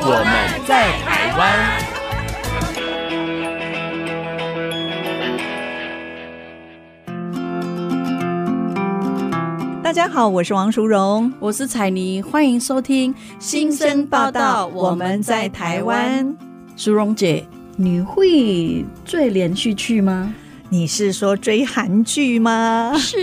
我们在台湾。大家好，我是王淑荣。我是彩妮，欢迎收听《新生报道》，我们在台湾。。淑荣姐，你会追连续剧吗？你是说追韩剧吗？是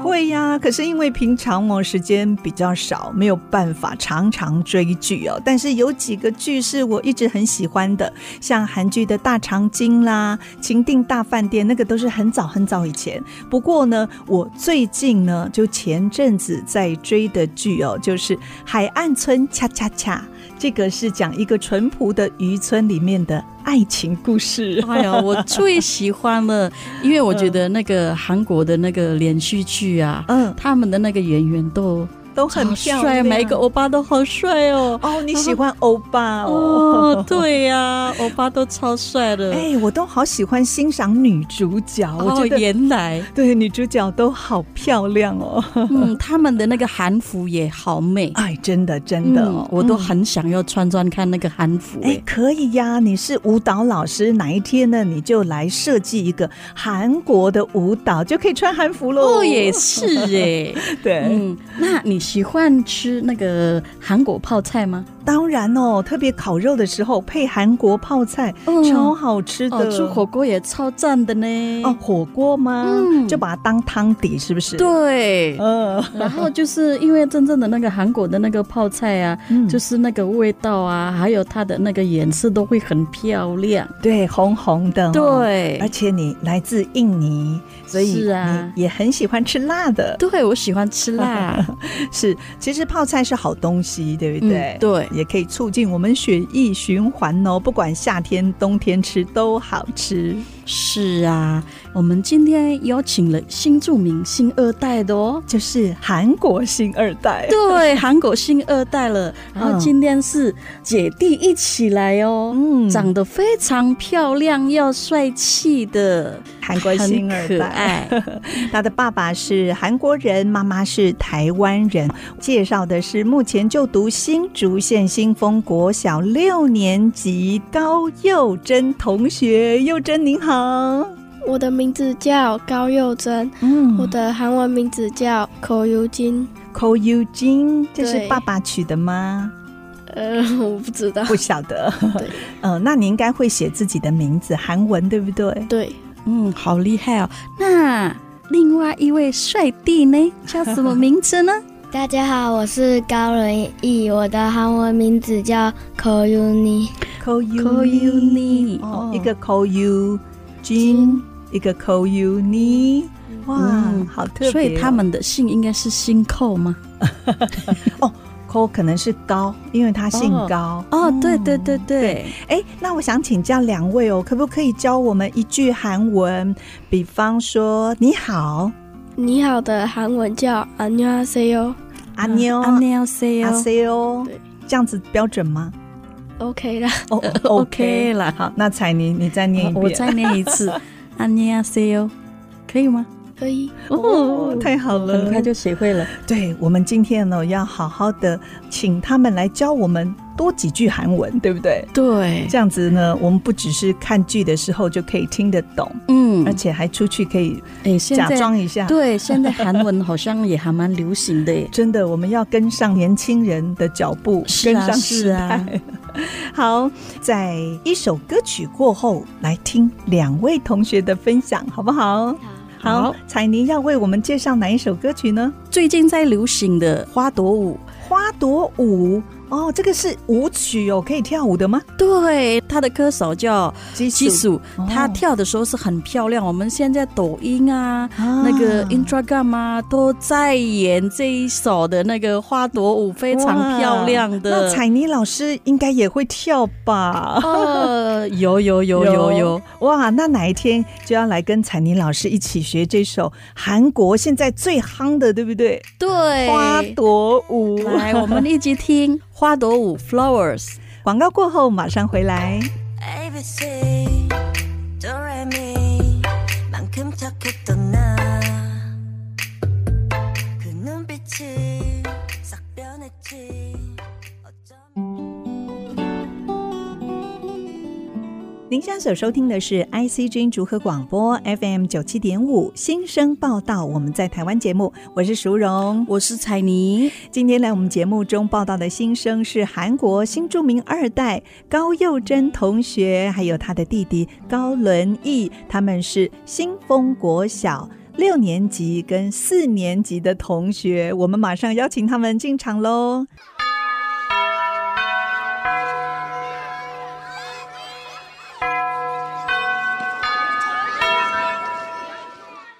会呀、可是因为平常我时间比较少，没有办法常常追剧哦。但是有几个剧是我一直很喜欢的，像韩剧的《大长今》啦，《情定大饭店》，那个都是很早很早以前。不过呢，我最近呢，就前阵子在追的剧哦，就是《海岸村恰恰恰》，这个是讲一个淳朴的渔村里面的爱情故事。哎呀，我最喜欢了，因为我觉得那个韩国的那个连续剧啊， 嗯，他们的那个演员都都很好漂帅，亮，每一个欧巴都好帅哦。哦，你喜欢欧巴哦？哦，对呀、欧巴都超帅 的。哎，我都好喜欢欣赏女主角，我哦，觉得原来， 对女主角都好漂亮 哦。嗯，他们的那个韩服也好美。哎，真的真的嗯哦，我都嗯很想要穿穿看那个韩服、欸哎，可以呀！你是舞蹈老师，哪一天呢？你就来设计一个韩国的舞蹈，就可以穿韩服喽。哦，也是 哎、对，嗯，那你喜欢吃那个韩国泡菜吗？当然哦，特别烤肉的时候配韩国泡菜，嗯超好吃哦，的。吃火锅也超赞的呢。哦，，火锅吗？嗯就把它当汤底，是不是？，对。嗯，然后就是因为真正的那个韩国的那个泡菜啊，嗯就是那个味道啊，还有它的那个颜色都会很漂亮。对，红红的、哦。。对而，且你来自印尼，所以是啊你也很喜欢吃辣的。对我喜欢吃 辣。是，其实泡菜是好东西，对不对？嗯对也可以促进我们血液循环哦。不管夏天、冬天吃都好吃。是啊，我们今天邀请了新著名新二代的哦。就是韩国新二代， 对，韩国新二代了。然后今天是姐弟一起来哦，嗯长得非常漂亮又帅气的韩国新二很可代。爱。他的爸爸是韩国人，妈妈是台湾人。介绍的是目前就读新竹县新丰国小六年级高佑珍同学。佑珍您好，我的名字叫高佑珍，嗯我的韩文名字叫口尤金。 Ko Yu Jin，这是对爸爸取的吗？呃， 我不知道。 不晓得。对， 呃，那你应该会写自己的名字，韩文对不对？对，嗯，好厉害哦。那另外一位帅弟呢，叫什么名字呢？大家好，我是高仁义，我的韩文名字叫 Ko Yuni。 Ko Ko Yu Ni 哦，一个 Ko Yu Jin，一个 Ko Yu Ni。哇，嗯好 特别哦、所以他们的姓应该是姓寇吗？ Ko 可能是高，因为他姓高。哦，嗯对对对。对，哎，那我想请教两位哦，可不可以教我们一句韩文？比方说你好，你好的韩文叫안녕하세요。嗯阿妞，阿妞 C 阿 O， C O，对这样子标准吗？ OK 啦， 哦 OK 啦好，那彩妮你再念一遍。我再念一次， 阿妞 C O，可以吗？可以。哦，太好了，很快就学会了。对我们今天呢，要好好的请他们来教我们多几句韩文，对不对？对，这样子呢，我们不只是看剧的时候就可以听得懂，嗯而，且还出去可以哎，现假在装一下。。对，现在韩文好像也还蛮流行的耶真的，我们要跟上年轻人的脚步，是跟啊上时代。 好，在一首歌曲过后，来听两位同学的分享，好不好？好，彩妮要为我们介绍哪一首歌曲呢？最近在流行的花朵舞，花朵舞哦，这个是舞曲哦，可以跳舞的吗？对，他的歌手叫基基础哦，他跳的时候是很漂亮。我们现在抖音啊，那个 Instagram 啊，都在演这一首的那个花朵舞，非常漂亮的。哇那彩妮老师应该也会跳吧？ 呃，有有有哦有有，哇！那哪一天就要来跟彩妮老师一起学这首韩国现在最夯的，对不对？对，花朵舞。来，我们一起听《花朵舞》（Flowers）。 广告过后马上回来。 A B C 도레미 만큼 착했던 나그 눈빛이 싹 변했지 어쩜 您现在所收听的是 ICG 竹科广播 FM 九七点五新生报道，我们在台湾节目，我是淑荣。我是彩妮，今天来我们节目中报道的新生是韩国新著名二代高佑珍同学，还有他的弟弟高伦义，他们是新丰国小。六年级跟四年级的同学，我们马上邀请他们进场喽。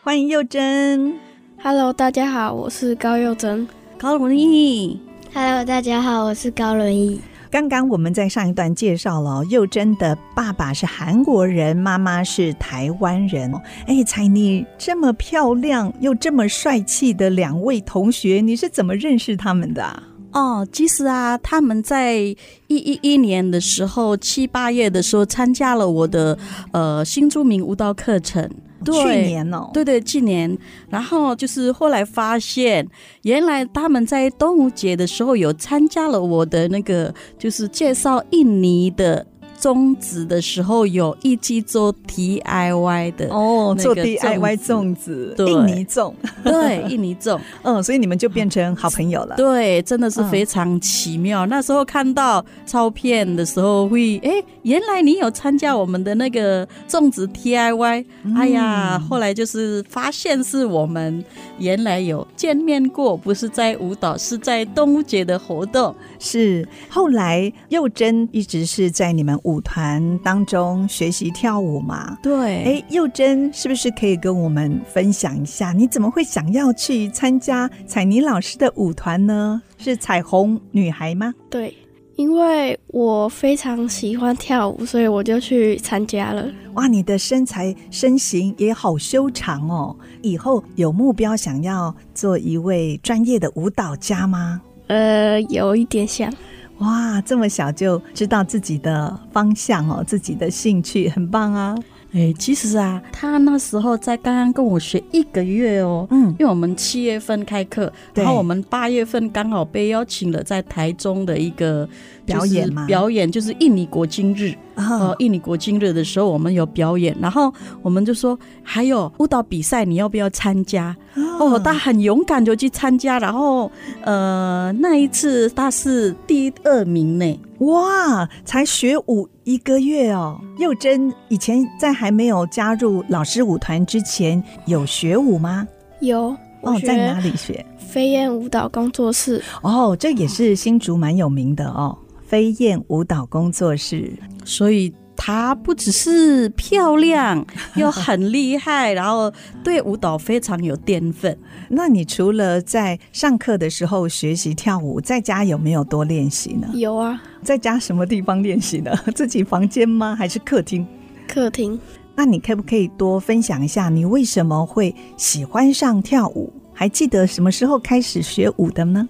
欢迎佑珍， Hello，大家好，我是高佑真。高文义。 Hello，大家好，我是高伦义。刚刚我们在上一段介绍了哦佑珍的爸爸是韩国人，妈妈是台湾人哦。哎，彩妮这么漂亮又这么帅气的两位同学，你是怎么认识他们的、啊？哦，其实啊，他们在一一一年的时候，七八月的时候参加了我的呃新著名舞蹈课程。对去年哦，对对，去年，然后就是后来发现，原来他们在端午节的时候有参加了我的那个，就是介绍印尼的宗旨的时候，有一起做 DIY 的，哦，做那个 DIY 粽粽子，对印尼粽，对，印尼粽， 嗯，所以你们就变成好朋友了。对，真的是非常奇妙。那时候看到照片的时候会，哎，原来你有参加我们的那个粽子 DIY，、哎呀，后来就是发现是我们原来有见面过，不是在舞蹈，是在端午节的活动。 是，后来佑珍一直是在你们舞团当中学习跳舞嘛。对哎，哎，佑珍是不是可以跟我们分享一下，你怎么会想要去参加彩妮老师的舞团呢？是彩虹女孩吗？对，因为我非常喜欢跳舞，所以我就去参加了。哇，你的身材身形也好修长哦！以后有目标想要做一位专业的舞蹈家吗？呃，有一点像，哇，这么小就知道自己的方向哦，自己的兴趣，很棒啊！哎，其实啊，他那时候在刚刚跟我学一个月哦。嗯，因为我们七月份开课，对然后我们八月份刚好被邀请了在台中的一个就是表演吗表演就是印尼国经日，啊呃，印尼国经日的时候我们有表演，然后我们就说还有舞蹈比赛，你要不要参加？啊哦，他很勇敢就去参加，然后呃那一次他是第二名呢。哇，才学舞一个月哦！佑珍以前在还没有加入老师舞团之前，有学舞吗？有哦我，在哪学里学？飞燕舞蹈工作室。哦，这也是新竹蛮有名的哦，飞燕舞蹈工作室。所以她不只是漂亮，又很厉害，然后对舞蹈非常有天分。那你除了在上课的时候学习跳舞，在家有没有多练习呢？有啊，在家什么地方练习呢？自己房间吗？还是客厅？客厅。那你可不可以多分享一下，你为什么会喜欢上跳舞？还记得什么时候开始学舞的呢？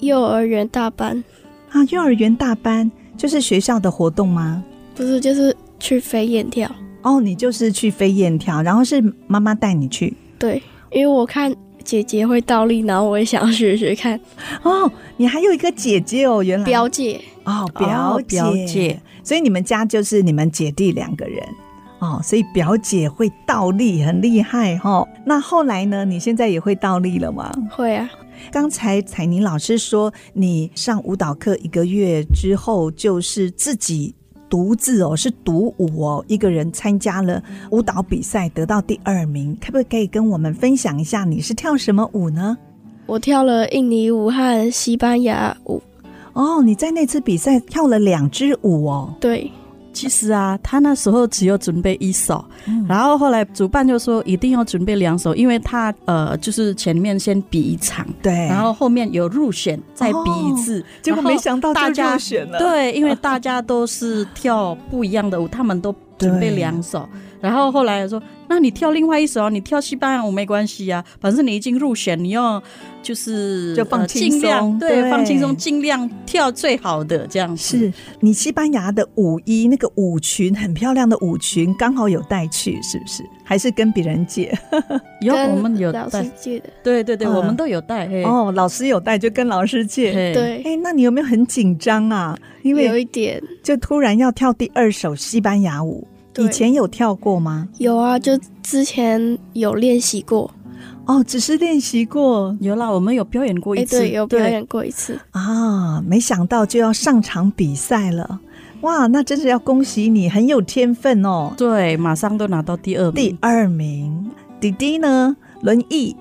幼儿园大班啊，幼儿园大班就是学校的活动吗？不是就是去飞燕跳，哦，你就是去飞燕跳，然后是妈妈带你去。对，因为我看姐姐会倒立，然后我也想学学看。哦，你还有一个姐姐哦，原来表姐，哦表哦表姐所以你们家就是你们姐弟两个人哦，所以表姐会倒立，很厉害哦。那后来呢？你现在也会倒立了吗？会啊，刚才彩妮老师说，你上舞蹈课一个月之后，就是自己独自哦，是独舞哦，一个人参加了舞蹈比赛，得到第二名。可不可以跟我们分享一下你是跳什么舞呢？我跳了印尼舞和西班牙舞。哦，你在那次比赛跳了两支舞哦，对，其实啊，他那时候只有准备一首，嗯然后后来主办就说一定要准备两首，因为他呃就是前面先比一场，对，然后后面有入选再比一次，哎哦结果然后没想到大就家入选了，，对，因为大家都是跳不一样的舞，他们都准备 对两首，然后后来说，那你跳另外一首，你跳西班牙舞没关系啊，反正你已经入选，你要就是就放呃轻尽量松对对放轻松，尽量跳最好的这样子。是你西班牙的舞衣，那个舞裙很漂亮的舞裙，刚好有带去，是不是？还是跟别人借？有我们有老带师，借的，对对对，嗯我们都有带。嘿，哦，老师有带就跟老师借。嘿，对，哎，那你有没有很紧张啊？因有为一点就突然要跳第二首西班牙舞，对以前有跳过吗？有啊，就之前有练习过，哦，只是练习过有啦，我们有表演过哎、一次，对，有表演过一次，啊，没想到就要上场比赛了，哇，那真是要恭喜你，很有天分哦。对，对，马上都拿到第二第名。二名，弟弟呢？轮椅，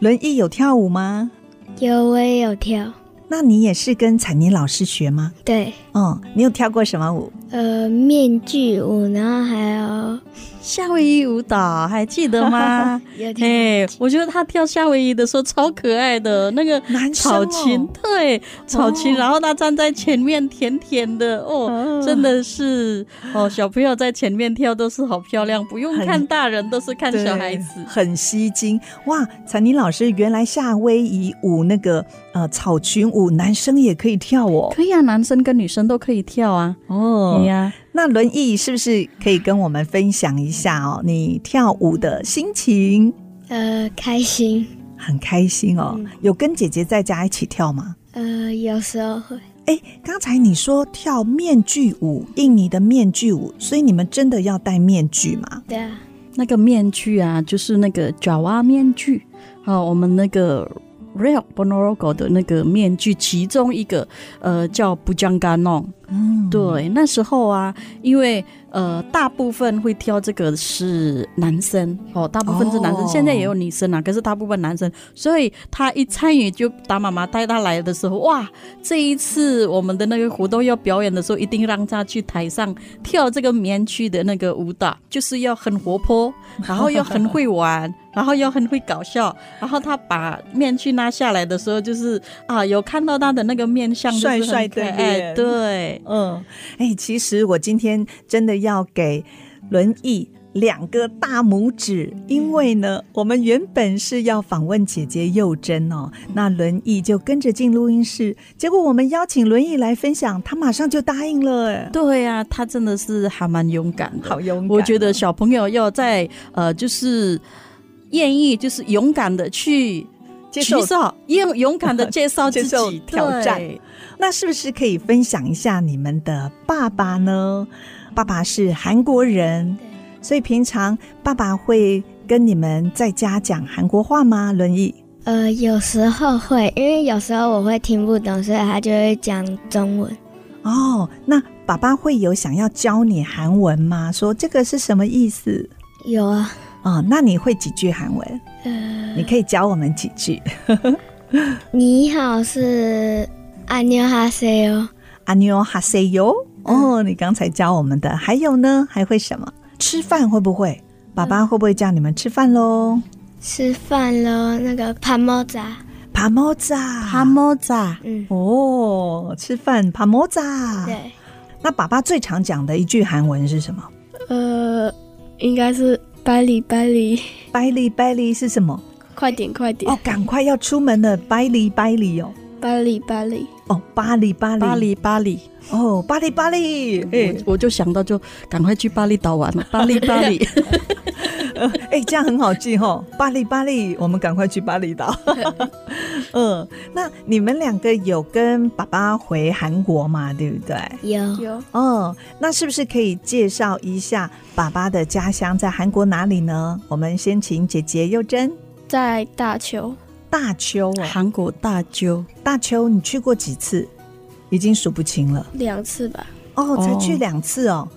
轮椅有跳舞吗？有我也有跳，那你也是跟彩妮老师学吗？对，哦，你有跳过什么舞？呃，面具舞，然后还有夏威夷舞蹈还记得吗？ 有跳嘿，我觉得他跳夏威夷的时候超可爱的，那个男生草哦裙，对，草裙，哦然后他站在前面，甜甜的，哦，哦真的是，哦，小朋友在前面跳都是好漂亮，不用很看大人，都是 看对小孩子。很吸睛哇！彩妮老师，原来夏威夷舞那个呃草裙舞，男生也可以跳哦。可以啊，男生跟女生都可以跳啊。哦对呀、那轮椅是不是可以跟我们分享一下哦？你跳舞的心情呃，开心，很开心哦，嗯有跟姐姐在家一起跳吗？呃，有时候会，哎，刚才你说跳面具舞，印尼的面具舞，所以你们真的要戴面具吗？对啊，那个面具啊，就是那个爪哇面具，哦，我们那个 Real Bonorogo 的那个面具，其中一个呃叫布江嘎弄。嗯，对，那时候啊，因为呃，大部分会挑这个是男生哦，大部分是男生，哦现在也有女生啊，可是大部分男生，所以他一参与就打妈妈带他来的时候，哇，这一次我们的那个活动要表演的时候，一定让他去台上跳这个棉区的那个舞蹈，就是要很活泼，然后要很会玩。然后要很会搞笑，然后他把面具拿下来的时候，就是啊，有看到他的那个面相，就是很帅帅的可爱脸对，嗯，哎，其实我今天真的要给轮椅两个大拇指，因为呢，我们原本是要访问姐姐幼珍哦，那轮椅就跟着进录音室，结果我们邀请轮椅来分享，她马上就答应了，哎，对呀、他真的是还蛮勇敢 的。好勇敢哦、我觉得小朋友要在呃，就是愿意，就是勇敢的去接受举手，勇勇 敢的介绍接自受己挑战对那是不是可以分享一下你们的爸爸呢？爸爸是韩国人，所以平常爸爸会跟你们在家讲韩国话吗？轮椅呃，有时候会，因为有时候我会听不懂，所以他就会讲中文。哦，那爸爸会有想要教你韩文吗？说这个是什么意思？有啊，哦，那你会几句韩文？呃，你可以教我们几句。你好是啊안녕하세요，阿妞哈塞哟，哦，你刚才教我们的，还有呢？还会什么？吃饭会不会？爸爸会不会叫你们吃饭喽？吃饭喽，那个盘猫仔，帕莫扎，哈莫扎嗯，哦，吃饭帕摩啊扎。对，那爸爸最常讲的一句韩文是什么？呃，应该是班里班里，拜里拜里是什么？快点快点哦，，赶快要出门了，拜里拜里哦。班里班里，哦，巴黎巴黎巴黎巴黎，哦，巴黎巴黎，哎我我就想到就赶快去巴黎岛 玩了，巴黎巴黎，哎，这样很好记哦。巴黎巴黎，我们赶快去巴厘 岛。嗯，那你们两个有跟爸爸回韩国嘛？对不对？有有哦，那是不是可以介绍一下爸爸的家乡在韩国哪里呢？我们先请姐姐幼珍。在大邱，大邱哦，韩国大邱，大邱，你去过几次？已经数不清了两次吧，哦，才去两次哦。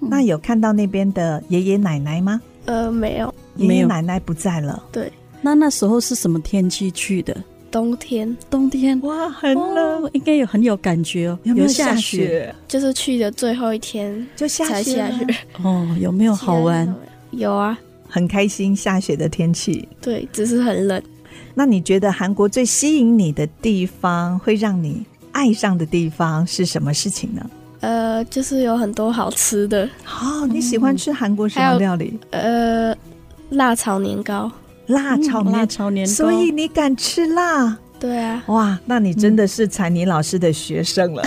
那有看到那边的爷爷奶奶吗？呃，没有，爷没爷有奶奶不在了，对，那那时候是什么天气去的？冬天，冬天哇，很冷，啊哦，应该有很有感觉哦，有没有下下雪？就是去的最后一天就下才雪 下了，雪，哦，有没有好玩？有啊，很开心下雪的天气。对，只是很冷。那你觉得韩国最吸引你的地方，会让你爱上的地方是什么事情呢？呃，就是有很多好吃的，哦，你喜欢吃韩国什么料理？呃，辣炒年糕，辣炒嗯辣面，炒年糕，所以你敢吃辣？对啊，哇，嗯那你真的是彩妮老师的学生 了。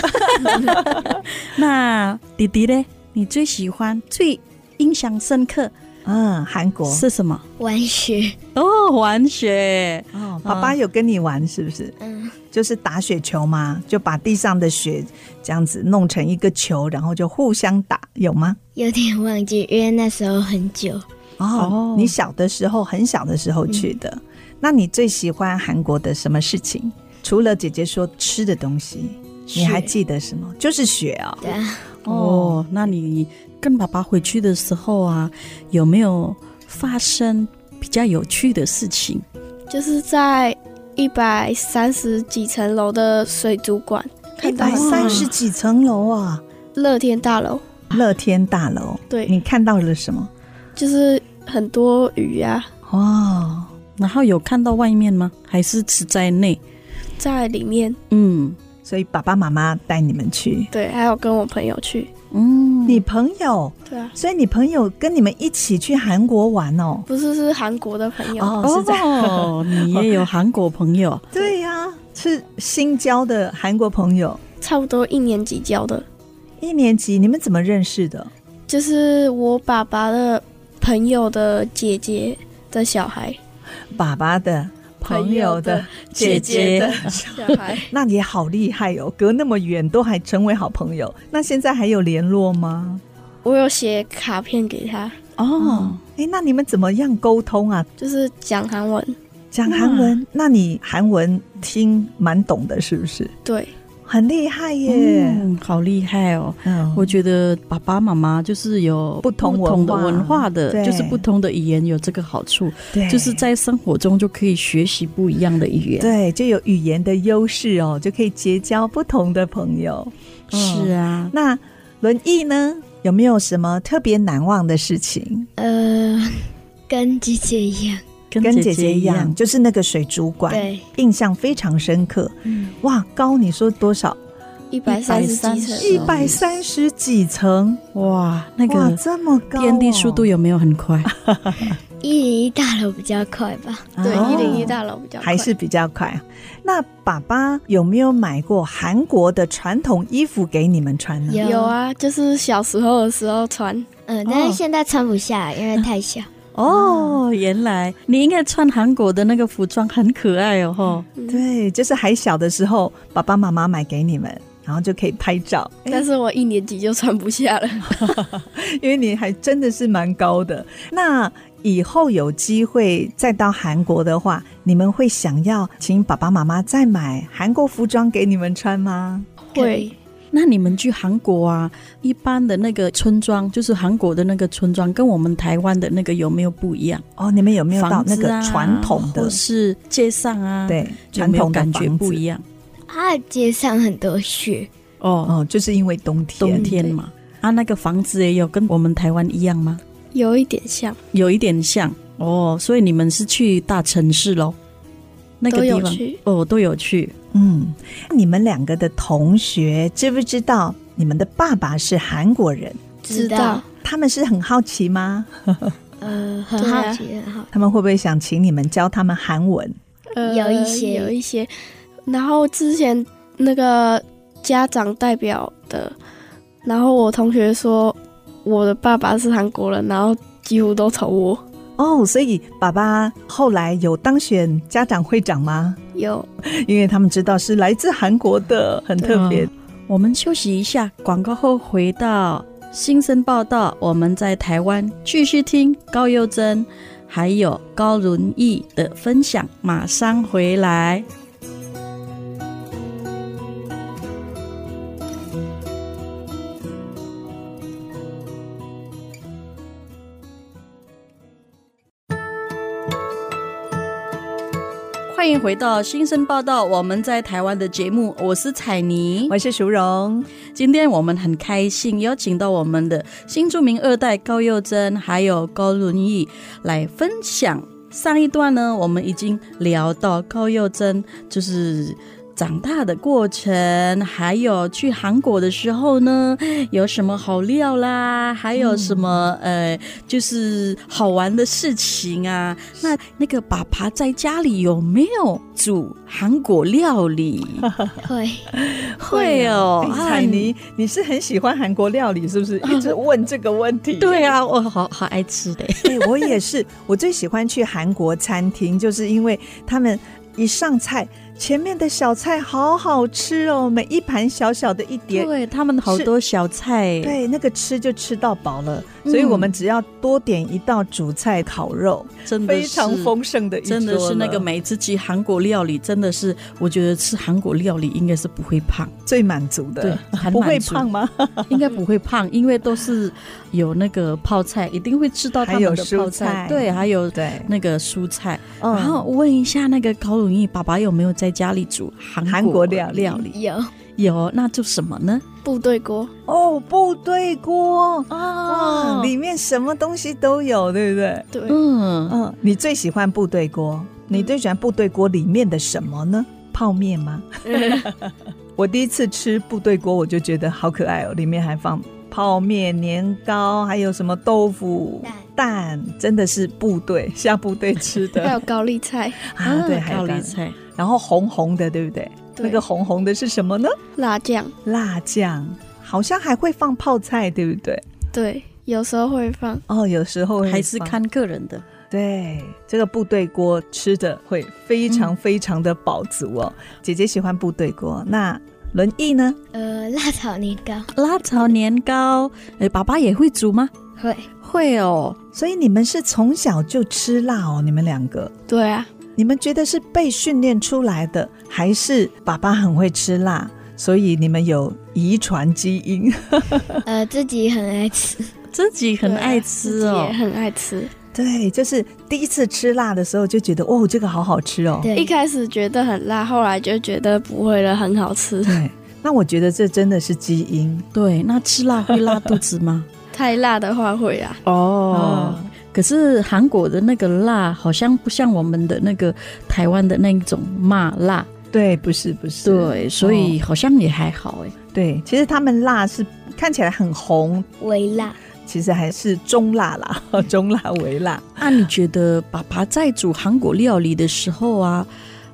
那弟弟呢？你最喜欢、最印象深刻嗯，韩国是什么？玩雪，哦，玩雪，哦，爸爸有跟你玩是不是？嗯，就是打雪球嘛，就把地上的雪这样子弄成一个球，然后就互相打，有吗？有点忘记，因为那时候很久。哦哦，你小的时候很小的时候去的，那你最喜欢韩国的什么事情？除了姐姐说吃的东西，你还记得什么？就是雪哦。对啊，哦，那你跟爸爸回去的时候啊，有没有发生比较有趣的事情？就是在一百三十几层楼的水族馆，一看到百三十几层楼啊，乐天大楼，乐天大楼，对，你看到了什么？就是很多鱼啊，哇，然后有看到外面吗？还是只在内？在里面，嗯所以爸爸妈妈带你们去。对，还有跟我朋友去，嗯，你朋友，对啊，所以你朋友跟你们一起去韩国玩哦。不是是韩国的朋友，哦，是这样。哦，你也有韩国朋友，对呀、是新交的韩国朋友，差不多一年级教的，一年级，你们怎么认识的？就是我爸爸的朋友的姐姐的小孩，爸爸的朋友的 姐姐的，小孩 那也好厉害哦，隔那么远都还成为好朋友。那现在还有联络吗？我有写卡片给他，哦，哎，那你们怎么样沟通啊？就是讲韩文，讲韩嗯文，那你韩文听蛮懂的，是不是？对，很厉害耶！嗯，好厉害哦。嗯，我觉得爸爸妈妈就是有不同不同的文化文化的，对就是不同的语言有这个好处，对就是在生活中就可以学习不一样的语言。对，就有语言的优势哦，就可以结交不同的朋友。嗯是啊，那轮毅呢，有没有什么特别难忘的事情？呃， 跟姐姐一样，跟跟姐姐姐一一样，，就是那个水族哎馆，对，印象非常深刻。嗯，哇，高你说多少？一百三十几130层，一百三十几层，哇，那哇，个这么高、哦遍地速度。有没有很快？一零一大楼比较快吧？对，哦一零一大楼比较快还是比较快。啊那爸爸有没有买过韩国的传统衣服给你们穿呢？有，啊，就是小时候的时候穿，嗯，但哦是现在穿不下，因为太小。哦，原来你应该穿韩国的那个服装，很可爱哦，吼。嗯，对，就是还小的时候，爸爸妈妈买给你们，然后就哎可以拍照。但是我一年级就穿不下了。哎因为你还真的是蛮高的。那以后有机会再到韩国的话，你们会想要请爸爸妈妈再买韩国服装给你们穿吗？会，那你们去韩国啊，一般的那个村庄，就是韩国的那个村庄，跟我们台湾的那个有没有不一样？哦，你们有没有到房那子个啊传统的或？是街上啊，，对，有传没有统的感觉房子不一样？啊，街上很多雪，哦，哦，就是因为冬天。冬天嘛，啊，那个房子也有跟我们台湾一样吗？有一点像，有一点像哦，所以你们是去大城市喽？那个都地有方去哦，都有去嗯，你们两个的同学知不知道你们的爸爸是韩国人？知道，他们是很好奇吗？呃，很对啊好奇，很好。他们会不会想请你们教他们韩文？呃，有一些有一些。然后之前那个家长代表的，然后我同学说我的爸爸是韩国人，然后几乎都投我。哦，所以爸爸后来有当选家长会长吗？有，因为他们知道是来自韩国的，很特别。我们休息一下，广告后回到新生报道。我们在台湾继续听高佑珍还有高伦义的分享，马上回来。欢迎回到新生报道，我们在台湾的节目，我是彩妮。我是淑荣，今天我们很开心邀请到我们的新著名二代高佑珍，还有高伦义来分享。上一段呢，我们已经聊到高佑珍就是长大的过程，还有去韩国的时候呢，有什么好料啦，还有什么、呃，就是好玩的事情啊。那那个爸爸在家里有没有煮韩国料 理？会会哦，哎啊彩妮，你是很喜欢韩国料理是不是？一直问这个问题。对啊，我好好爱吃的。 对，我也是。我最喜欢去韩国餐厅，就是因为他们一上菜，前面的小菜好好吃哦，每一盘小小的一碟，对他们好多小菜，对，那个吃就吃到饱了。嗯所以我们只要多点一道主菜烤肉，真的非是常。丰盛的一桌真的是那个了每次去韩国料理，真的是我觉得吃韩国料理应该是不会胖，最满足对 的，，很不会满足胖，吗？应该不会胖，因为都是有那个泡菜，一定会吃到他们的还有泡蔬菜对，还有对，那个蔬菜。嗯然后问一下那个高鲁义爸爸有没有在家里煮韩韩国国料理料理？有有，那就什么呢？部队锅，哦，部队锅。哦哇，里面什么东西都有，对不对？对，嗯，嗯，你最喜欢部队锅？你最喜欢部队锅里面的什么呢？泡面吗？ 我第一次吃部队锅，我就觉得好可爱哦，里面还放泡面、年糕，还有什么豆腐蛋、蛋，真的是部队下部队吃还 的有高丽菜、啊，对，还高有丽蛋，菜，然后红红的，对不对？对那个红红的是什么呢？辣酱，辣酱，好像还会放泡菜，对不对？对，有时候会放。哦，有时候会还是放看个人的。对，这个部队锅吃的会非嗯常非常的饱足哦。姐姐喜欢部队锅，那轮毅呢？呃辣炒年糕辣炒年糕，哎，爸爸也会煮吗？ 会会哦，所以你们是从小就吃辣哦，你们两个，对啊，你们觉得是被训练出来的，还是爸爸很会吃辣，所以你们有遗传基因？ 呃自己很爱吃，自己很对啊爱吃自己哦也。很爱吃。对，就是第一次吃辣的时候就觉得，哦，这个好好吃哦。对一开始觉得很辣，后来就觉得不会了，很好 吃。对，那我觉得这真的是基因。对，啊那吃辣会辣肚子 吗？太辣的话会啊，哦，可是韩国的那个辣好像不像我们的那个台湾的那一种麻辣，对，不是不是，对，所以好像也还好哎。对，其实他们辣是看起来很红，微辣其实还是中辣啦， 中辣微辣。那啊你觉得爸爸在煮韩国料理的时候啊，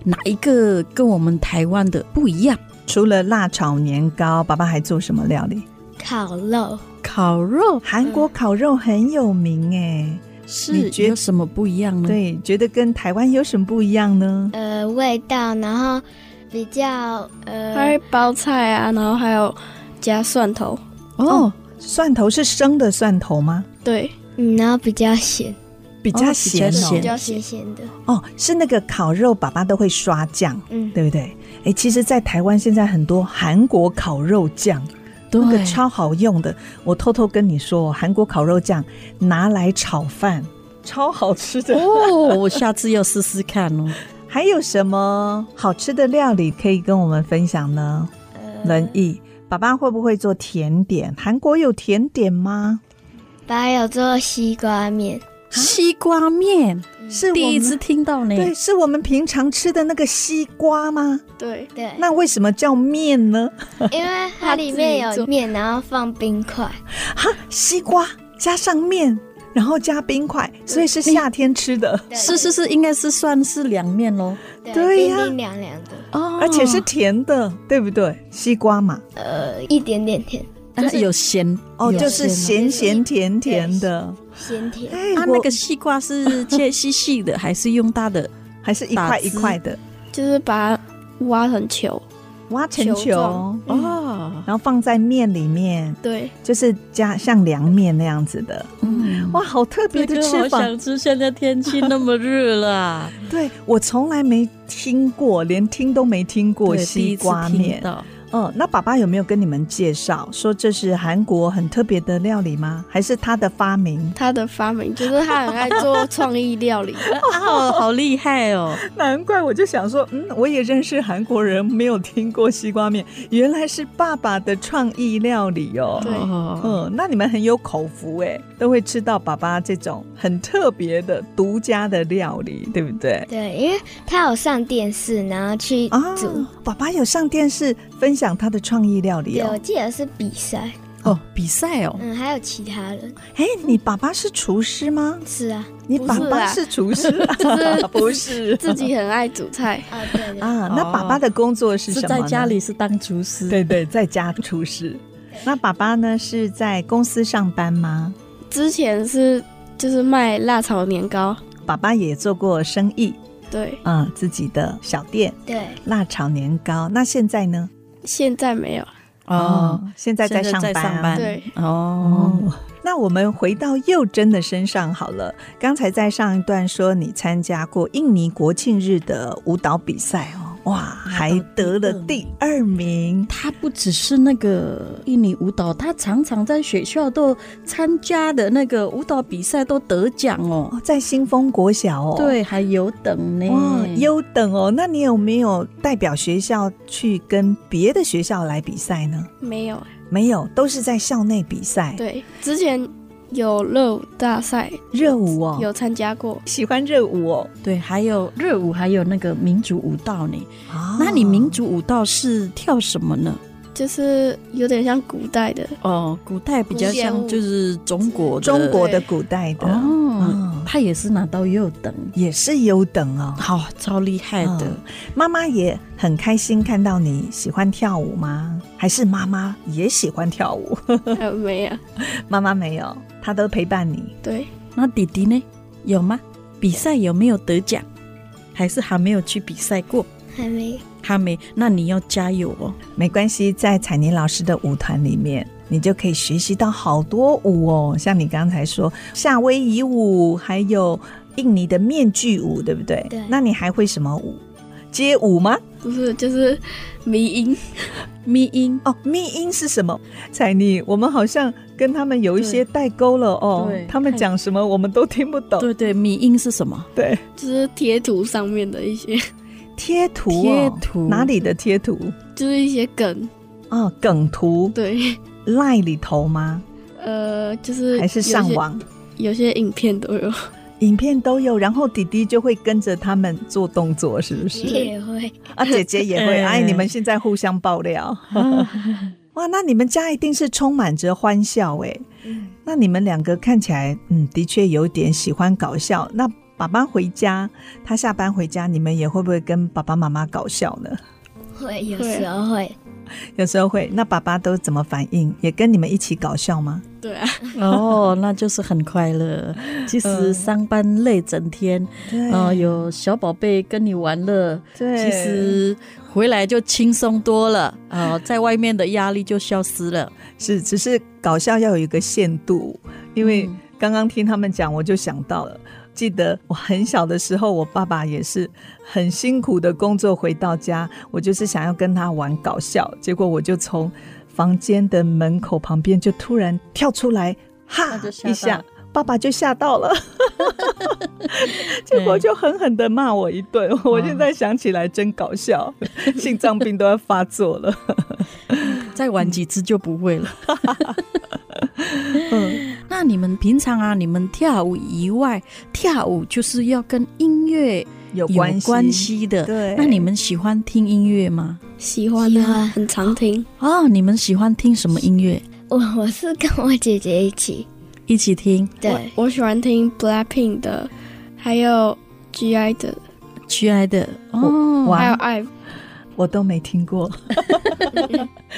哪一个跟我们台湾的不一样？除了辣炒年糕，爸爸还做什么料理？烤肉烤肉韩国烤肉很有名哎、是你觉有什么不一样呢？对，觉得跟台湾有什么不一样呢？呃味道，然后比较呃它会包菜啊，然后还有加蒜头。哦，蒜头是生的蒜头吗？对，嗯然后比较咸比哦较比较咸哦，咸比较咸咸咸的，哦，是那个烤肉，爸爸都会刷酱，嗯对不对？哎，其实，在台湾现在很多韩国烤肉酱，对那个超好用的。我偷偷跟你说，韩国烤肉酱拿来炒饭，超好吃的。哦，我下次要试试看哦。还有什么好吃的料理可以跟我们分享呢？仁义，爸爸会不会做甜点？韩国有甜点吗？爸爸有做西瓜面， 西瓜面是第一我们次听到呢，对，是我们平常吃的那个西瓜吗？对，对，那为什么叫面呢？因为它里面有面，然后放冰块，哈，西瓜加上面，然后加冰块，所以是夏天吃的，对是是，是，应该是算是凉面喽。对，对呀冰冰凉凉的，哦而且是甜的，对不对？西瓜嘛，呃，一点点甜，就是有咸哦，有啊就是咸咸咸甜甜的。鲜甜。哎，啊。它我那个西瓜是切 细细的，还是用大的？还是一打块一汁块的，就是把它挖成球。挖成球球状，哦，然后放在面里面。对，就是加像凉面那样子的，嗯，哇，好特别这的个吃好法！想吃，现在天气那么热了，对我从来没听过，连听都没听过对西瓜第一次面听。到哦，那爸爸有没有跟你们介绍说这是韩国很特别的料理吗？还是他的发明？他的发明 就是他很爱做创意料理，哦，好厉害哦！难怪我就想说，嗯，我也认识韩国人，没有听过西瓜面，原来是爸爸的创意料理 哦。对哦，嗯，那你们很有口福哎，都会吃到爸爸这种很特别的独家的料理，对不对？对，因为他有上电视，然后去啊煮。，爸爸有上电视分享他的创意料理对，哦我。记得是比赛，哦，比赛哦，嗯，还有其他人哎，你爸爸是厨师吗？是啊，你不爸是爸啊是厨师啊、 就是 不是自己很爱煮菜，哦对对，啊？那爸爸的工作是是什么？在家。里是当厨师，对对，在家厨师。 那爸爸呢是在公司上班吗？之前是就是卖辣炒年糕，爸爸也做过生意，对，嗯，自己的小店对辣炒年糕。那现在呢？现在没有，哦，，现在在现上在班。啊在上班对，哦，哦，那我们回到佑真的身上好了。刚才在上一段说你参加过印尼国庆日的舞蹈比赛哦，哇，还得了第二名。他不只是那个印尼舞蹈，他常常在学校都参加的那个舞蹈比赛都得奖哦。哦，在新丰国小哦，，对，还有等呢。哇，嗯优等哦。那你有没有代表学校去跟别的学校来比赛呢？没有，没有，都是在校内比赛，对，之前有热舞大赛热舞哦，有参加过，喜欢热舞哦。对，还有热舞，还有那个民族舞蹈呢。啊那你民族舞蹈是跳什么呢？就是有点像古代 的，哦，古代比较古典像舞就是中国的中国的古代的哦嗯，他也是拿到优等，也是优等哦。好、超厉害的。嗯妈妈也很开心看到你喜欢跳舞吗？还是妈妈也喜欢跳舞？ 呃，没有，妈妈没有，她都陪伴你。对，那弟弟呢？有吗？比赛有没有得奖？还是还没有去比赛过？还没还没，那你要加油哦！没关系，在彩妮老师的舞团里面，你就可以学习到好多舞哦，像你刚才说夏威夷舞，还有印尼的面具舞，对不对？对那你还会什么舞？街舞吗？不是，就是迷音，咪音，哦，密音是什么？彩妮，我们好像跟他们有一些代沟了哦对。他们讲什么我们都听不懂。对对，咪音是什 么？对，就是贴图上面的一些， 贴图、哦，贴图哪里的贴图？就是一些梗，哦，梗图对，赖里头吗？呃，就是还是上网？有些，有些影片都有，影片都有，然后弟弟就会跟着他们做动作，是不是？也会啊，姐姐也会。 嗯哎，你们现在互相爆料， 哇，那你们家一定是充满着欢笑哎。那你们两个看起来，嗯，的确有点喜欢搞笑。那爸爸回家，他下班回家，你们也会不会跟爸爸妈妈搞笑呢？会有时候会，有时候会。那爸爸都怎么反应？也跟你们一起搞笑吗？对啊，哦，那就是很快 乐。其实嗯上班累整天，对呃，有小宝贝跟你玩乐，对，其实回来就轻松多了。呃，在外面的压力就消失了。是，只是搞笑要有一个限度，因为嗯刚刚听他们讲，我就想到了。记得我很小的时候，我爸爸也是很辛苦的工作回到家，我就是想要跟他玩搞笑，结果我就从房间的门口旁边就突然跳出来，哈那就吓到一下，爸爸就吓到 了，结果就狠狠的骂我一顿。我现在想起来真搞笑，心脏病都要发作了。再玩几次就不会 了。嗯，那你们平常啊，你们跳舞以外，跳舞就是要跟音乐有有关系，关系的。对。那你们喜欢听音乐吗？喜欢喜啊，欢很常听，哦，你们喜欢听什么音乐？我我是跟我姐姐一起，一起听对，我喜欢听 Blackpink 的，还有 G.I 的， G I 的哦，哇还有 I，我都没听 过。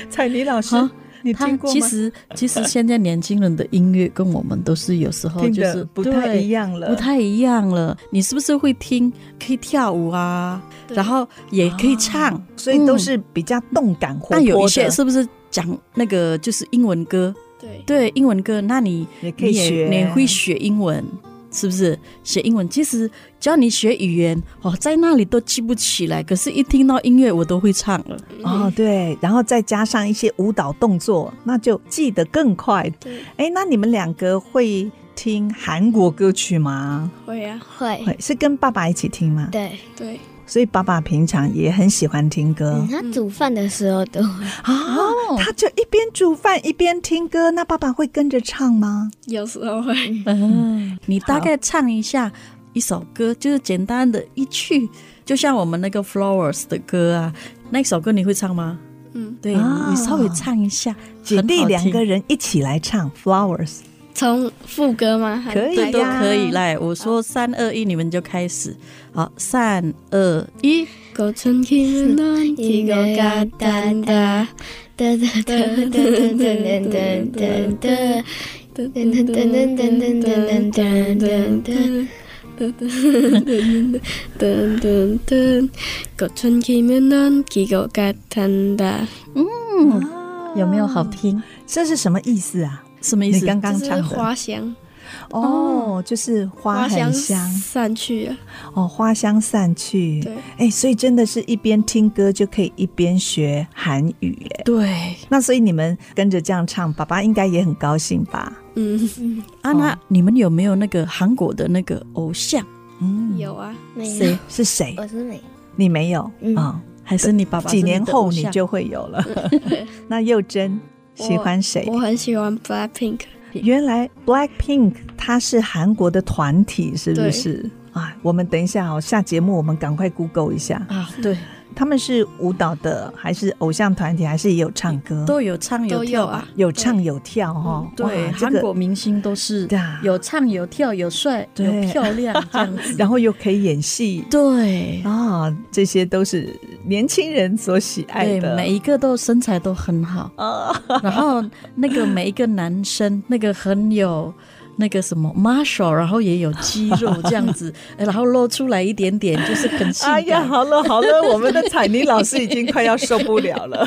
彩妮老师啊，你他听过吗？其实其实现在年轻人的音乐跟我们都是有时候听就 的是不太对一样了，不太一样了。你是不是会听？可以跳舞啊，对然后也可以唱，啊所以都嗯是比较动感活泼那的，有一些是不是讲那个就是英文歌？对，对，英文歌，那你也可以你也学，你会学英文？是不是？学英文其实教你学语言哦，在那里都记不起来，可是一听到音乐我都会唱了。哦，对，然后再加上一些舞蹈动作，那就记得更快。对，哎，那你们两个会听韩国歌曲吗？会啊，会，会是跟爸爸一起听嗯吗？对，对，所以爸爸平常也很喜欢听歌嗯，他煮饭的时候都会啊，哦他就一边煮饭一边听歌，那爸爸会跟着唱吗？有时候会。嗯，你大好概唱一下一首歌，就是简单的一句，就像我们那个 Flowers 的歌啊，那一首歌你会唱吗？嗯，对、啊你稍微唱一下，姐弟很好两听个人一起来唱《Flowers》，从副歌吗？还可以啊对都呀可以。来，我说三二一，你们就开始。好，三二一，狗春天暖，提狗嘎蛋哒，噔噔噔噔噔噔噔噔噔噔噔噔噔噔噔噔噔噔噔。뜬뜬뜬 꽃은 기면 넌 기고 같단다 嗯，有没有好听？这是什么意思啊？什么意你思？刚刚就是唱的花香，哦，就是花很香散去了。哦，花香散去。对，哎，所以真的是一边听歌就可以一边学韩语哎。对，那所以你们跟着这样唱，爸爸应该也很高兴吧？嗯，啊，哦那你们有没有那个韩国的那个偶像？嗯，有啊，没有谁？是谁？我是美，你没有嗯啊？还是你爸爸是几你的年后你偶像就会有 了。那佑真喜欢谁？我很喜欢 Blackpink，原来 Blackpink 它是韩国的团体，是不对是？啊，我们等一下哦，下节目我们赶快 Google 一下，啊，对，他们是舞蹈的，还是偶像团体，还是也有唱歌？都有唱有都有跳啊吧？。有唱有跳哦。对，哇韩国明星都是对啊有唱有跳有帅对有漂亮这样这子 个，然后又可以演戏对啊，这些都是年轻人所喜爱对，的。每一个都身材都很 好，啊，然后那个每一个男生那个很有。那个什么 muscle，然后也有肌肉这样 子，哎然后露出来一点点，就是很性哎呀，感。好了好 了，我们的彩妮老师已经快要受不了了。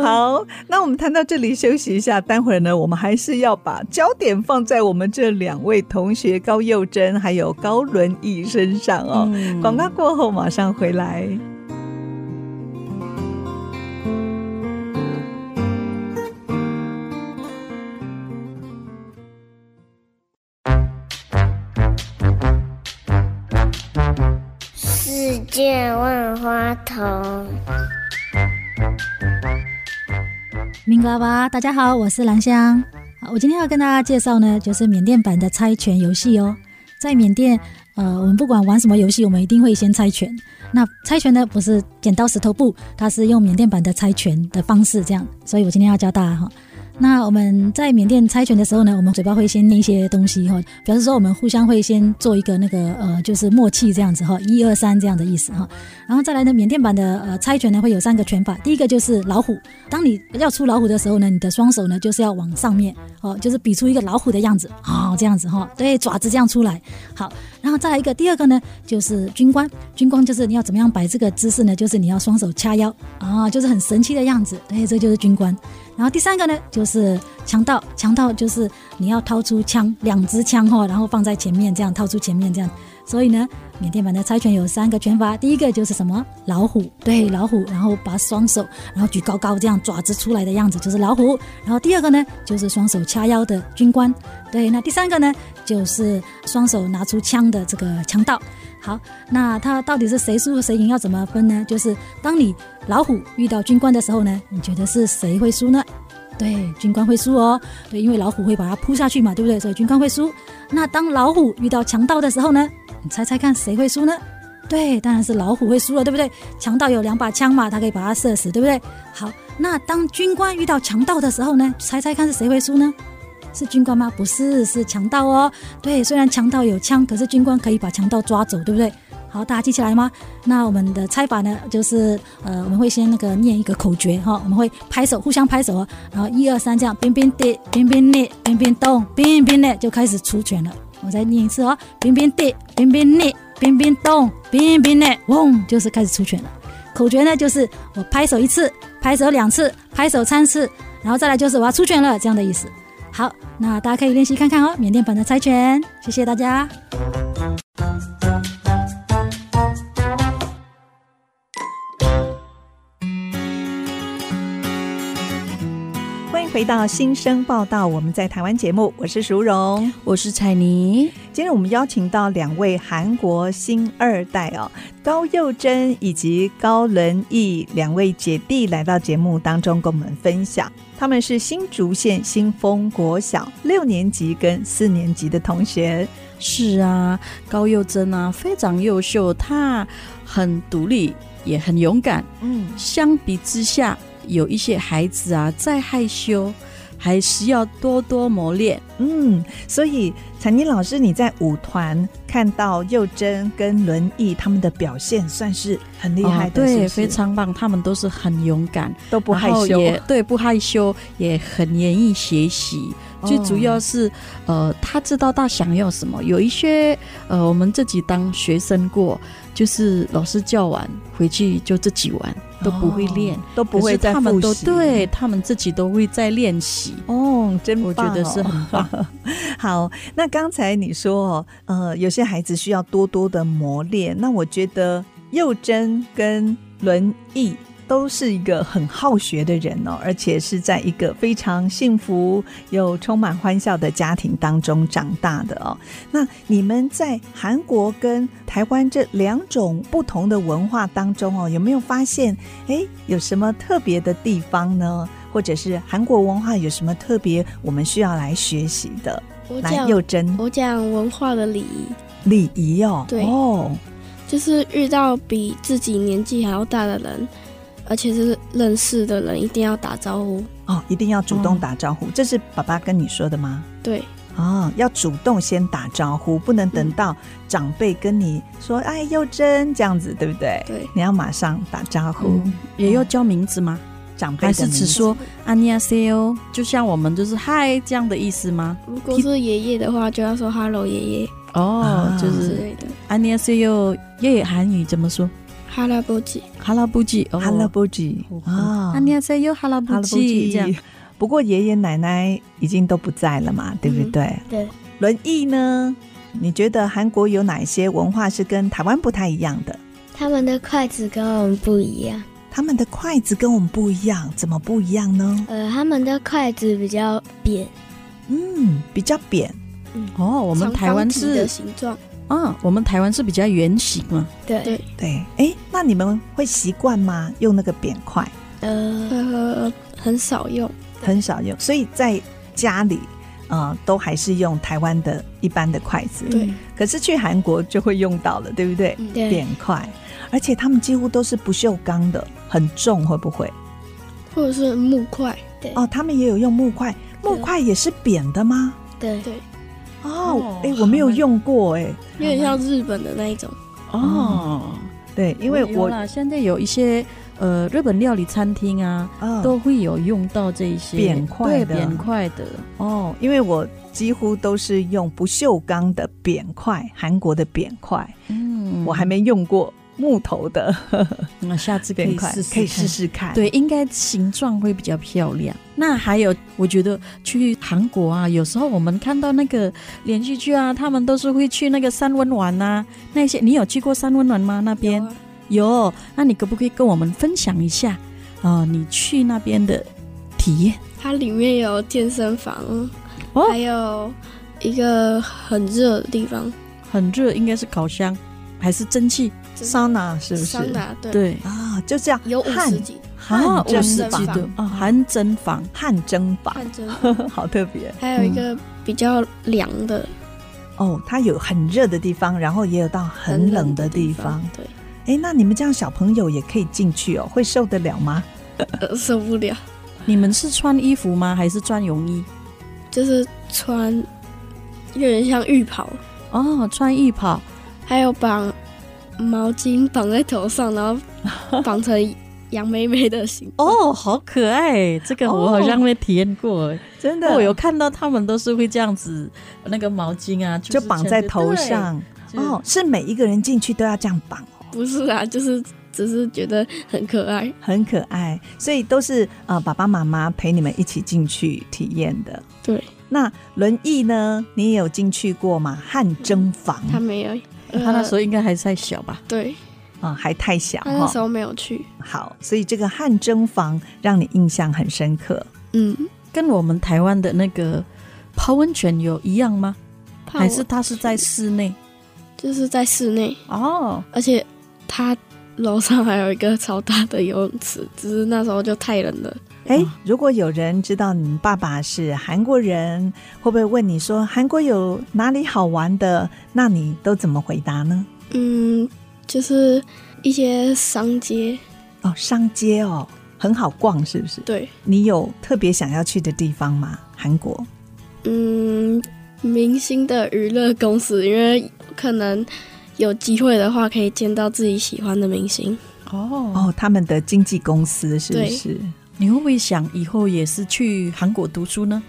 好，那我们谈到这里休息一下，待会儿呢，我们还是要把焦点放在我们这两位同学高佑珍还有高伦义身上哦。嗯广告过后马上回来。世界万花筒。明拉吧，大家好，我是兰香。啊我今天要跟大家介绍呢，就是缅甸版的猜拳游戏哦。在缅甸，呃，我们不管玩什么游戏，我们一定会先猜拳。那猜拳呢，不是剪刀石头布，它是用缅甸版的猜拳的方式这样。所以我今天要教大家哈。那我们在缅甸猜拳的时候呢，我们嘴巴会先念一些东西哈，表示说我们互相会先做一个那个呃，就是默契这样子哈，一二三这样的意思哈。然后再来呢，缅甸版的呃猜拳呢会有三个拳法，第一个就是老虎，当你要出老虎的时候呢，你的双手呢就是要往上面哦，就是比出一个老虎的样子哦，这样子哈、哦，对，爪子这样出来。好，然后再来一个，第二个呢就是军官，军官就是你要怎么样摆这个姿势呢？就是你要双手掐腰啊、就是很神气的样子，对，这就是军官。然后第三个呢就是强盗，强盗就是你要掏出枪，两支枪哈、哦，然后放在前面这样掏出前面这样。所以呢，缅甸版的猜拳有三个拳法，第一个就是什么老虎，对老虎，然后把双手然后举高高这样爪子出来的样子就是老虎。然后第二个呢，就是双手掐腰的军官，对。那第三个呢，就是双手拿出枪的这个强盗。好，那他到底是谁输谁赢要怎么分呢？就是当你老虎遇到军官的时候呢，你觉得是谁会输呢？对，军官会输哦。对，因为老虎会把它扑下去嘛，对不对？所以军官会输。那当老虎遇到强盗的时候呢，你猜猜看谁会输呢？对，当然是老虎会输了，对不对？强盗有两把枪嘛，他可以把它射死，对不对？好，那当军官遇到强盗的时候呢，猜猜看是谁会输呢？是军官吗？不是，是强盗哦。对，虽然强盗有枪，可是军官可以把强盗抓走，对不对？好，大家记起来吗？那我们的猜法呢，就是呃，我们会先那个念一个口诀哈、我们会拍手，互相拍手哦，然后一二三这样，边边跌，边边捏，边边动，边边捏，就开始出拳了。我再念一次哦，边边跌，边边捏，边边动，边边捏，嗡，就是开始出拳了。口诀呢，就是我拍手一次，拍手两次，拍手三次，然后再来就是我要出拳了这样的意思。好，那大家可以练习看看哦，缅甸版的猜拳。谢谢大家。欢迎回到新生报道，我们在台湾节目，我是淑荣。我是彩妮，今天我们邀请到两位韩国新二代哦，高佑珍以及高仁义两位姐弟来到节目当中，跟我们分享。他们是新竹县新丰国小六年级跟四年级的同学，是啊，高佑珍啊，非常优秀，她很独立，也很勇敢。嗯，相比之下，有一些孩子啊，再害羞，还是要多多磨练。嗯，所以彩妮老师，你在舞团看到佑珍跟轮毅他们的表现，算是很厉害的，哦对，是不是非常棒，他们都是很勇敢，都不害然后羞。也对，不害羞，也很愿意学习。哦最主要是，呃，他知道他想要什么。有一些，呃，我们自己当学生过，就是老师叫完回去就自己玩，都不会练，哦，都不会可是再他们复都习。对他们自己都会在练习。哦，嗯真棒、我觉得是很棒。好，那刚才你说哦，呃，有些孩子需要多多的磨练。那我觉得幼珍跟轮毅都是一个很好学的人哦，而且是在一个非常幸福又充满欢笑的家庭当中长大的哦。那你们在韩国跟台湾这两种不同的文化当中哦，有没有发现，诶，有什么特别的地方呢？或者是韩国文化有什么特别我们需要来学习的？我来讲幼珍我讲文化的礼仪，礼仪哦，对哦，就是遇到比自己年纪还要大的人，而且是认识的人，一定要打招呼。哦，一定要主动打招呼，这是爸爸跟你说的吗？对，啊、要主动先打招呼，不能等到长辈跟你说“哎，幼珍”这样子，对不对？对你要马上打招呼，嗯，也要叫名字吗？长辈还的是只名字说안녕하세요？就像我们就是嗨这样的意思吗？如果是爷爷的话，就要说 “hello 爷爷”哦啊，就之是类的。 안녕하세요。粤语韩语怎么说？哈拉波吉，哈拉布吉哦， h e l l o b o j i 啊 안녕하세요，哈拉布吉这样。。不过爷爷奶奶已经都不在了嘛，对嗯不对？对。轮椅呢？你觉得韩国有哪些文化是跟台湾不太一样的？他们的筷子跟我们不一样，他们的筷子跟我们不一样，怎么不一样呢？呃，他们的筷子比较扁，嗯，比较扁哦，我我们台湾的是形状，啊，我们台湾是比较圆形嘛。对，对对，哎，那你们会习惯吗？用那个扁筷呃，呃，很少用。很少用，所以在家里，呃，都还是用台湾的一般的筷子。对，可是去韩国就会用到了，对不对？嗯对，扁筷，而且他们几乎都是不锈钢的，很重，会不会？或者是木块，哦，他们也有用木块，木块也是扁的吗？对，对，哦哦，哎、我没有用过、哎，有点像日本的那一种。哦，对，因为有我，啦，现在有一些呃日本料理餐厅啊，嗯都会有用到这一些扁块的对扁块的。哦，因为我几乎都是用不锈钢的扁块，韩国的扁块，嗯我还没用过木头的那下次可扁以块，试试，可以试。试看。对，应该形状会比较漂亮。那还有，我觉得去韩国啊，有时候我们看到那个连续剧啊，他们都是会去那个三温暖啊，那些你有去过三温暖吗？那边有啊有那你可不可以跟我们分享一下啊、你去那边的体验？它里面有健身房，哦还有一个很热的地方，很热，应该是烤箱还是蒸汽？桑拿是不是？桑拿对，对，啊，就这样，有五汗十几啊，蒸五十房几度啊，含蒸房。汗蒸法， 汗蒸，好特别还有一个比较凉的，哦。它有很热的地方，然后也有到很冷的地方。对，哎，那你们这样小朋友也可以进去哦，会受得了吗？呃，受不了，你们是穿衣服吗？还是穿泳衣？就是穿有点像浴袍，哦，穿浴袍。还有绑毛巾绑在头上，然后绑成杨妹妹的形，哦，好可爱！这个我哦好像没体验过欸，真我有看到他们都是会这样子，那个毛巾啊，就是绑在头上对。哦，，是每一个人进去都要这样绑哦，不是啊，就是只是觉得很可爱，很可爱。所以都是呃爸爸妈妈陪你们一起进去体验的。对，那轮艺呢？你也有进去过吗？汗蒸房他没有，呃嗯他那时候应该还在小吧？对，啊，还太小他那时哈。候没有去，好，所以这个汗蒸房让你印象很深刻。嗯，跟我们台湾的那个泡温泉有一样吗？怕还我是它是在室内？就是在室内，哦，而且他楼上还有一个超大的游泳池，只是那时候就太冷了，哎，如果有人知道你爸爸是韩国人，会不会问你说韩国有哪里好玩的？那你都怎么回答呢？嗯，就是一些商街，哦，上街哦，很好逛，是不是？对，你有特别想要去的地方吗？韩国？嗯，明星的娱乐公司，因为可能有机会的话，可以见到自己喜欢的明星。哦，哦，他们的经纪公司是不对是？你会不会想以后也是去韩国读书呢？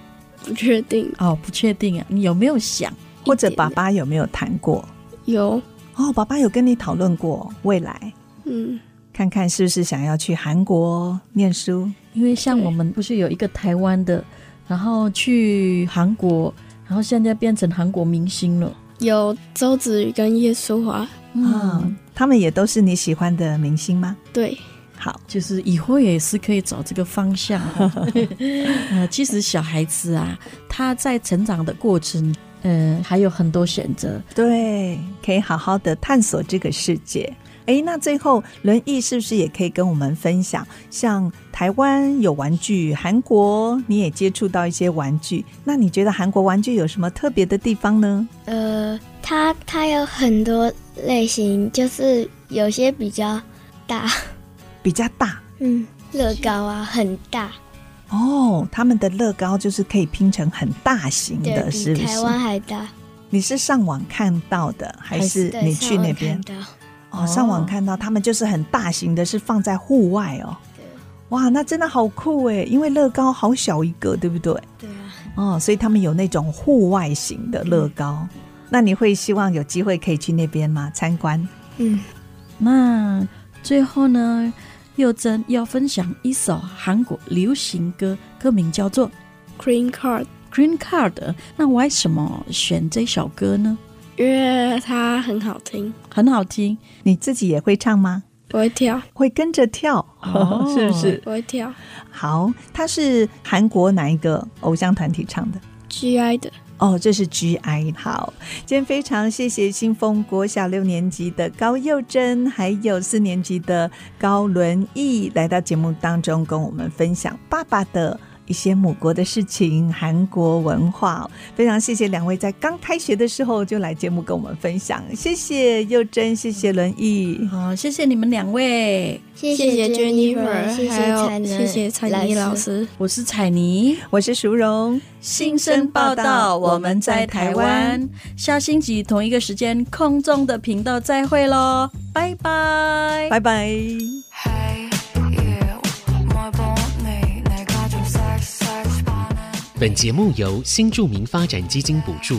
不确定哦，不确定啊，你有没有想？或者一点爸爸有没有谈过？有，哦，爸爸有跟你讨论过未来，嗯，看看是不是想要去韩国念书？因为像对我们不是有一个台湾的，然后去韩国，然后现在变成韩国明星了。有周子瑜跟叶淑华，啊、嗯，他们也都是你喜欢的明星吗？对，好，就是以后也是可以找这个方向哦。呃，其实小孩子啊，他在成长的过程，呃，还有很多选择。对，可以好好的探索这个世界。诶，那最后轮毅是不是也可以跟我们分享？像台湾有玩具，韩国你也接触到一些玩具，那你觉得韩国玩具有什么特别的地方呢？呃，它它有很多类型，就是有些比较大，比较大嗯，乐高啊很大，哦，他们的乐高就是可以拼成很大型对的，比是不台是？湾还大，你是上网看到的，还是对你去上那网边看？到哦，上网看到他们就是很大型的，是放在户外哦。对哇，那真的好酷哎！因为乐高好小一个，对不对？对啊，哦，所以他们有那种户外型的乐高。那你会希望有机会可以去那边吗？参观？嗯，那最后呢，佑珍要分享一首韩国流行歌，歌名叫做《 Green Card， Green Card》。那为什么选这首歌呢？因为它很好听，很好听，你自己也会唱吗？我会跳，会跟着跳，哦 是 不是？我会跳好，他是韩国哪一个偶像团体唱的？ GI 的，哦，这是 GI 好，今天非常谢谢新丰国小六年级的高佑珍，还有四年级的高伦义来到节目当中，跟我们分享爸爸的一些母国的事情、韩国文化。非常谢谢两位在刚开学的时候就来节目跟我们分享，谢谢佑珍，谢谢伦义。好，谢谢你们两位，谢谢谢 Jennifer， Jennifer，谢还有蔡南，谢谢蔡妮老。师。我是彩妮。我是淑荣，新生报道，我们在台湾，下星期同一个时间空中的频道再会喽，拜拜。拜拜。 Hey you，뭘 보니 내가 좀 섹섹 반해 本节目由新著名发展基金补助，